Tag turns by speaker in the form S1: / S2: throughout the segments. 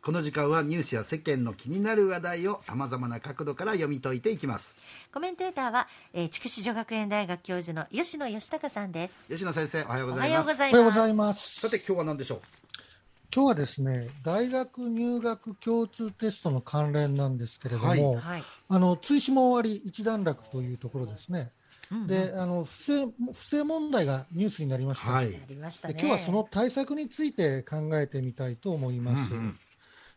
S1: この時間はニュースや世間の気になる話題をさまざまな角度から読み解いていきます
S2: コメンテーターは、えー、筑紫女学園大学教授の吉野義孝さんです。
S1: 吉野先生おはよう
S2: お
S1: ご
S2: は
S1: ざい
S2: よう
S1: ます
S2: ござい
S3: おはようご
S2: ます。
S3: ざいます
S1: さ。て今日は何でしょう
S3: 今日はですね、大学入学共通テストの関連なんですけれども、
S2: はい。
S3: あの追試も終わり一段落というところですね。
S2: うんうん
S3: で、あの不正不正問題がニュースになりました。
S1: は
S2: あ
S1: い
S2: りました
S3: で
S2: ね。
S3: 今日はその対策について考えてみたいと思います。
S1: うんうん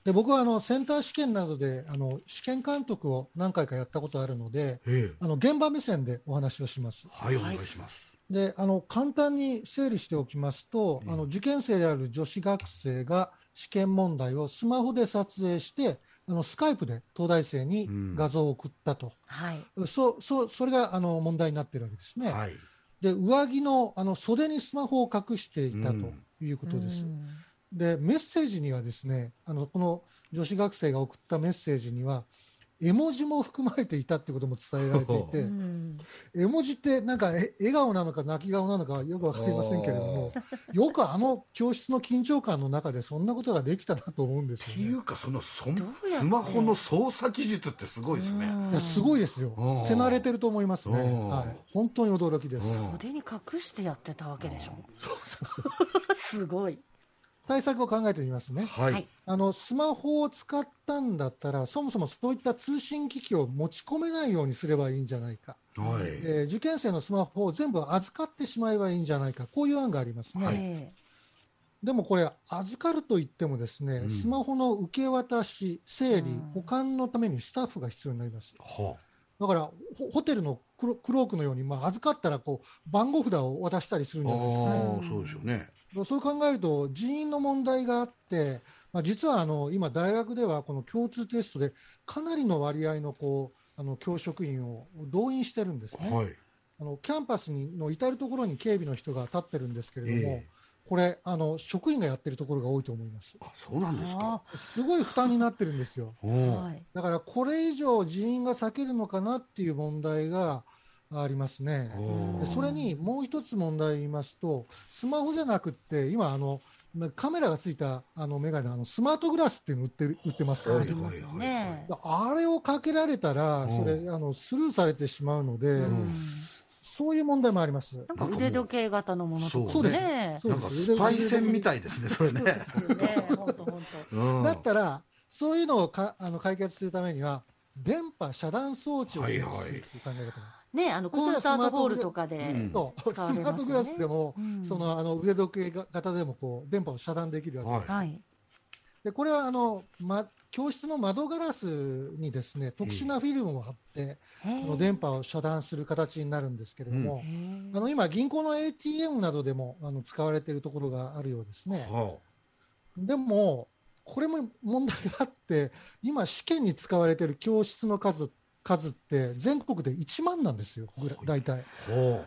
S3: で僕はあのセンター試験などであの試験監督を何回かやったことあるので、
S1: ええ
S3: あの現場目線でお話をします。
S1: はいお願いします
S3: であの簡単に整理しておきますと、
S1: うん
S3: あの受験生である女子学生が試験問題をスマホで撮影してあのスカイプで東大生に
S1: うん
S3: 画像を送ったと、
S2: はい。
S3: そうそうそれがあの問題になってるわけですね、
S1: はい
S3: で上着のあの袖にスマホを隠していたということです、
S2: うん
S3: でメッセージにはですねあのこの女子学生が送ったメッセージには絵文字も含まれていたってことも伝えられていて、
S2: うん
S3: 絵文字ってなんかえ笑顔なのか泣き顔なのかよくわかりませんけれどもよくあの教室の緊張感の中でそんなことができたなと思うんです
S1: ってい
S3: よね。
S1: うかそのそん
S2: どうやって
S1: スマホの操作技術ってすごいですね
S2: うん
S3: いやすごいですよ
S1: うん。
S3: 手慣れてると思いますね。
S1: うん
S3: はい、本当に驚きです。
S1: うん
S2: 袖に隠してやってたわけでしょ。すごい。
S3: 対策を考えてみますね。
S1: は
S2: はい
S3: あのスマホを使ったんだったら、そもそもそういった通信機器を持ち込めないようにすればいいんじゃないか。
S1: はい
S3: えー受験生のスマホを全部預かってしまえばいいんじゃないか。こういう案がありますね。
S1: はい
S2: え
S3: でもこれ、預かるといってもですね、
S1: うん
S3: スマホの受け渡し、整理、
S2: うん
S3: 保管のためにスタッフが必要になります。
S1: は
S3: だから、ホホテルのクロクロークのように、まあ、預かったらこう番号札を渡したりするん
S1: あ
S3: じゃないですかね。
S1: あーそうですよね
S3: そう考えると、人員の問題があって、まあ、実はあの今、大学ではこの共通テストで、かなりの割合のこうあの教職員を動員してるんですね。
S1: はい
S3: あのキャンパスにの至るところに警備の人が立ってるんですけれども、
S1: ええ
S3: これあの、職員がやってるところが多いと思います。
S1: あそうなんですか
S2: あ
S3: すごい負担になってるんですよ。
S1: お
S2: ー
S1: ー
S2: はい。
S3: だからこれ以上人員が避けるのかなっていう問題がありますね。
S1: おー
S3: でそれにもう一つ問題を言いますと、スマホじゃなくって、今あの、カメラがついたあのメガネ、あのスマートグラスっていうの売ってる売ってますよ
S2: あ
S1: は
S3: ね
S1: い
S2: りますよ
S1: はいはい
S2: ね。
S3: あれをかけられたら、それ、
S1: う
S3: あのスルーされてしまうので、
S2: うん
S1: ん
S3: そういう問題もあります。
S2: なんか腕時計型のものと
S1: そ
S2: か
S1: う
S2: ね。
S1: ね
S2: ね
S3: そう
S1: なんかスパイ戦みたいですね、それね。
S2: ですよね。本当本
S1: うん
S3: だったら、そういうのをかあの解決するためには、電波遮断装置を設置するという考え方も、
S2: 当。ねあのコンサートホールとかで。
S1: うん
S3: そう
S2: 使われま
S3: スマ
S2: すよ
S3: ー
S2: ね
S3: トグラスでも、
S2: うん
S3: そのあの腕時計型でもこう電波を遮断できるわけで,、
S1: は
S2: はい。
S3: でこれはあの、ま、教室の窓ガラスにですね特殊なフィルムを貼って、
S2: へー
S3: あの電波を遮断する形になるんですけれども、
S2: へー
S3: あの今、銀行の ATM などでもあの使われているところがあるようです
S1: い。
S3: ね。
S1: は
S3: でも、これも問題があって、今、試験に使われている教室の数数って、全国で1万なんですよ、ぐら大体。
S1: あ。は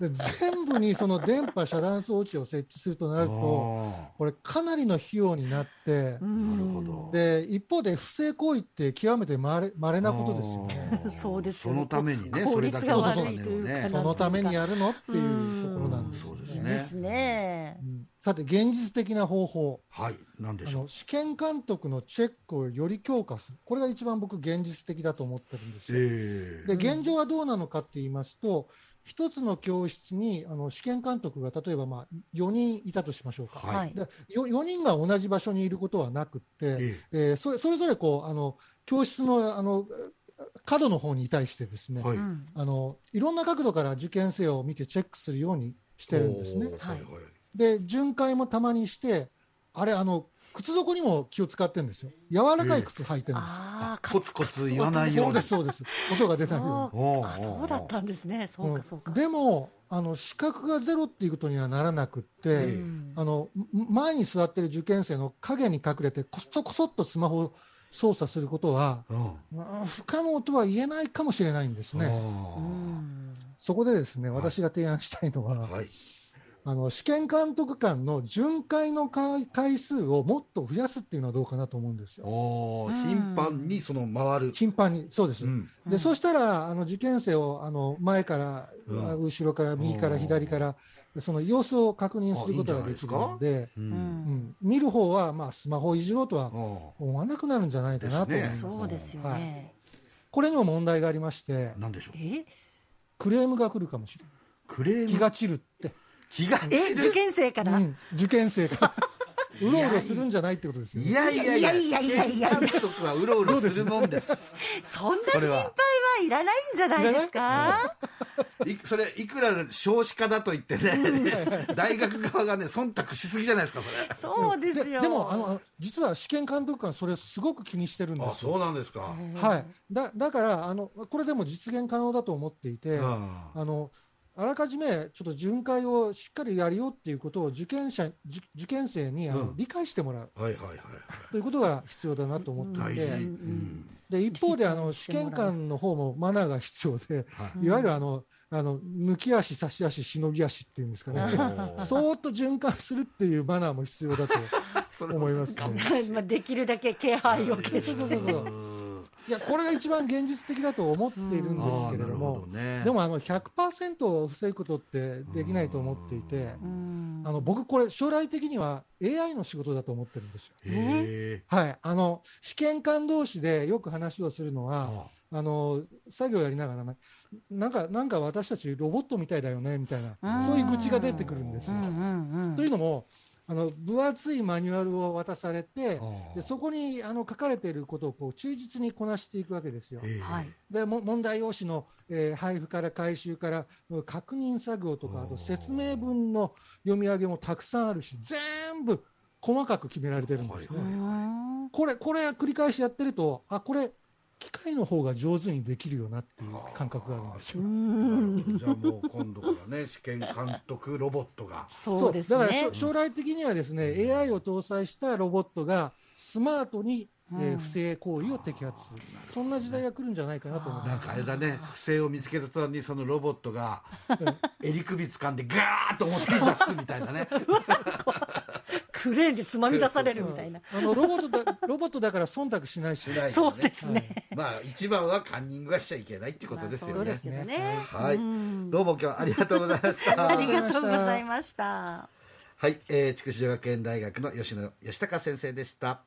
S3: で全部にその電波遮断装置を設置すると
S1: あ。
S3: なると、
S1: あ
S3: これ、かなりの費用になって、
S2: うん
S1: なるほど
S3: で一方で不正行為って極めてまれまれ
S1: ー
S3: なことですよね。
S1: あー
S2: そうですよ
S1: そのためにね、
S2: 効
S1: それだけ
S2: 率が
S1: の
S2: 悪
S1: お金
S2: い
S1: を
S2: というか
S1: ね
S2: な。
S3: そのためにやるのっていうところなんですよ
S1: うんそうですね
S3: ね。
S2: ですね。
S3: うんさて、現実的な方法
S1: はい、なんで
S3: あ
S1: しょう
S3: の、。試験監督のチェックをより強化する、これが一番僕、現実的だと思ってるんですよ。
S1: え
S3: で現状はどうなのかって言いますと、一つの教室にあの試験監督が例えばまあ4人いたとしましょうか、
S1: はい
S2: はい。
S3: でよ4人が同じ場所にいることはなくって、
S1: え
S3: えーそれそれぞれこうあの教室のあの角の方に対してですね、
S1: はい。
S2: うん
S3: あのいろんな角度から受験生を見てチェックするようにしてるんですね
S1: おー。
S2: は
S1: は
S2: い
S1: い。
S3: で巡回もたまにしてあれあの靴底にも気を使ってるんですよ柔らかい靴履いてるんです、
S2: ああ、
S1: コツコツ言わないよ
S3: そうう
S1: に
S3: です。そうです音が出たり
S2: そう
S1: お
S2: あ
S1: ー
S2: そうだったんですね。そうかそうか。
S3: でもあの資格がゼロっていうことにはならなくって、
S1: え
S2: うん
S3: あのん前に座ってる受験生の影に隠れてこそこそっとスマホを操作することは、
S1: うん。
S3: まあ不可能とは言えないかもしれないんですね。
S2: う
S1: あ
S2: ん
S3: そこでですね
S1: はい
S3: 私が提案したいのは、
S1: ーはい。
S3: あの試験監督官の巡回の回回数をもっと増やすっていうのはどうかなと思うんですよ。
S1: おー
S2: うん
S1: 頻繁にその回る、
S3: 頻繁に、そうです。
S1: うん
S2: う
S3: で
S2: ん
S3: そしたらあの受験生をあの前から、
S1: うん
S3: あ後ろから右から
S1: おー
S3: 左からその様子を確認することができるので
S1: う
S2: うんん
S3: うん、見る方はまあスマホをいじろうとは
S1: あ
S3: 思わなくなるんじゃないかなと思い
S1: で
S3: ますす
S1: ね
S2: そうですよね。
S3: これにも問題がありまして
S1: あなんでしょう
S2: え
S3: クレームが来るかもしれな
S1: クレー
S3: い
S1: ム
S3: 気が散るって、
S1: 気が
S2: え
S1: 散
S2: 受
S1: る
S2: 験生か
S3: う
S2: ら、
S3: ん、受験生がうろうろするんじゃないってことですよ
S1: い
S3: ね
S1: やいやいや
S2: いやいやいやいや
S1: 試験監督はうろうろするもんです
S2: そんな
S1: そ
S2: 心
S1: れ
S2: 配
S1: は
S2: はいらないんじゃないですか。
S1: いそれいくら少子化だと言ってね大学側がね忖度しすぎじゃないですかそれ
S2: そうですよ。
S3: でもあのあの実は試験監督官それすごく気にしてるんで
S1: あ
S3: す
S1: そ
S3: よ
S1: うなんですか、
S2: うん
S3: はい、だだからあのこれでも実現可能だと思っていて、
S1: ああ
S3: あのあらかじめちょっと巡回をしっかりやるよっていうことを受験者受受験生にあの、
S1: うん
S3: 理解してもらう
S1: はいはいはい
S3: ということが必要だなと思って
S1: 大
S3: い
S1: 事、
S3: て、
S1: うん
S3: で一方であの
S2: 理解し
S3: 試
S2: てもらう
S3: 験官の方もマナーが必要で、
S1: はい
S2: うん
S3: いわゆるあのあの抜き足、差し足、忍び足っていうんですかね、
S1: おー
S3: そーっと循環するっていうマナーも必要だと
S1: それは
S3: 思いますね。
S2: まあできるだけ気配を消して。
S3: そうそういやこれが一番現実的だと思っているん
S1: あ
S3: です
S1: ー
S3: けれ
S1: な
S3: ど
S1: るほど、
S3: も
S1: ね
S3: でもあの100%を防ぐことってできないと思っていて、
S2: うん
S3: あの僕、これ、将来的には AI の仕事だと思ってるんですよ。
S1: へえ
S3: はい、あの試験官同士でよく話をするのは、
S1: あ
S3: あの作業やりながらな、なんか、なんか私たちロボットみたいだよねみたい
S2: うん
S3: な、そういう愚痴が出てくるんです
S2: う
S3: よ
S2: ん。うんうん
S3: というのも、あの分厚いマニュアルを渡されて
S1: あ、あ
S3: でそこにあの書かれていることをこう忠実にこなしていくわけですよ。
S1: へえ
S2: はい
S3: でも問題用紙の、えー配布から回収からうん確認作業とか、あ
S1: お
S3: と
S1: ー
S3: 説明文の読み上げもたくさんあるし、全部細かく決められてるんですね。
S1: は
S2: うん
S3: これ、これ繰り返しやってると、あ、これ、機械の方が上手にできるよなっていう感覚があるんですよ。
S2: うん
S1: なるほどじゃあもう今度からね試験監督ロボットが
S2: そうです
S3: だからし
S2: ね
S3: ょ将来的にはですね、
S1: うん
S3: AI を搭載したロボットがスマートに、え
S2: う
S3: ー
S2: ん
S3: 不正行為を摘発する、そんな時代が来るんじゃないかなと思い
S1: なん
S3: ます。
S1: かあれだね不正を見つけた途端にそのロボット が襟首掴んでガーッと表に出すみたいな ね
S2: クレーンでつまみ出されるみたいな。
S3: あのロボットだロボットだから忖度しないし
S1: し、ない
S2: そ
S1: よ
S2: うですね。
S1: まあ一番はカンニングはしちゃいけないってことです
S2: ま
S1: よ
S2: あそう
S1: ね
S2: ですけどね。
S1: はい
S2: うん
S1: どうも今日はありがとうございました
S2: ありがとうございました。
S1: はい、えー、筑紫女学園大学の吉野義孝先生でした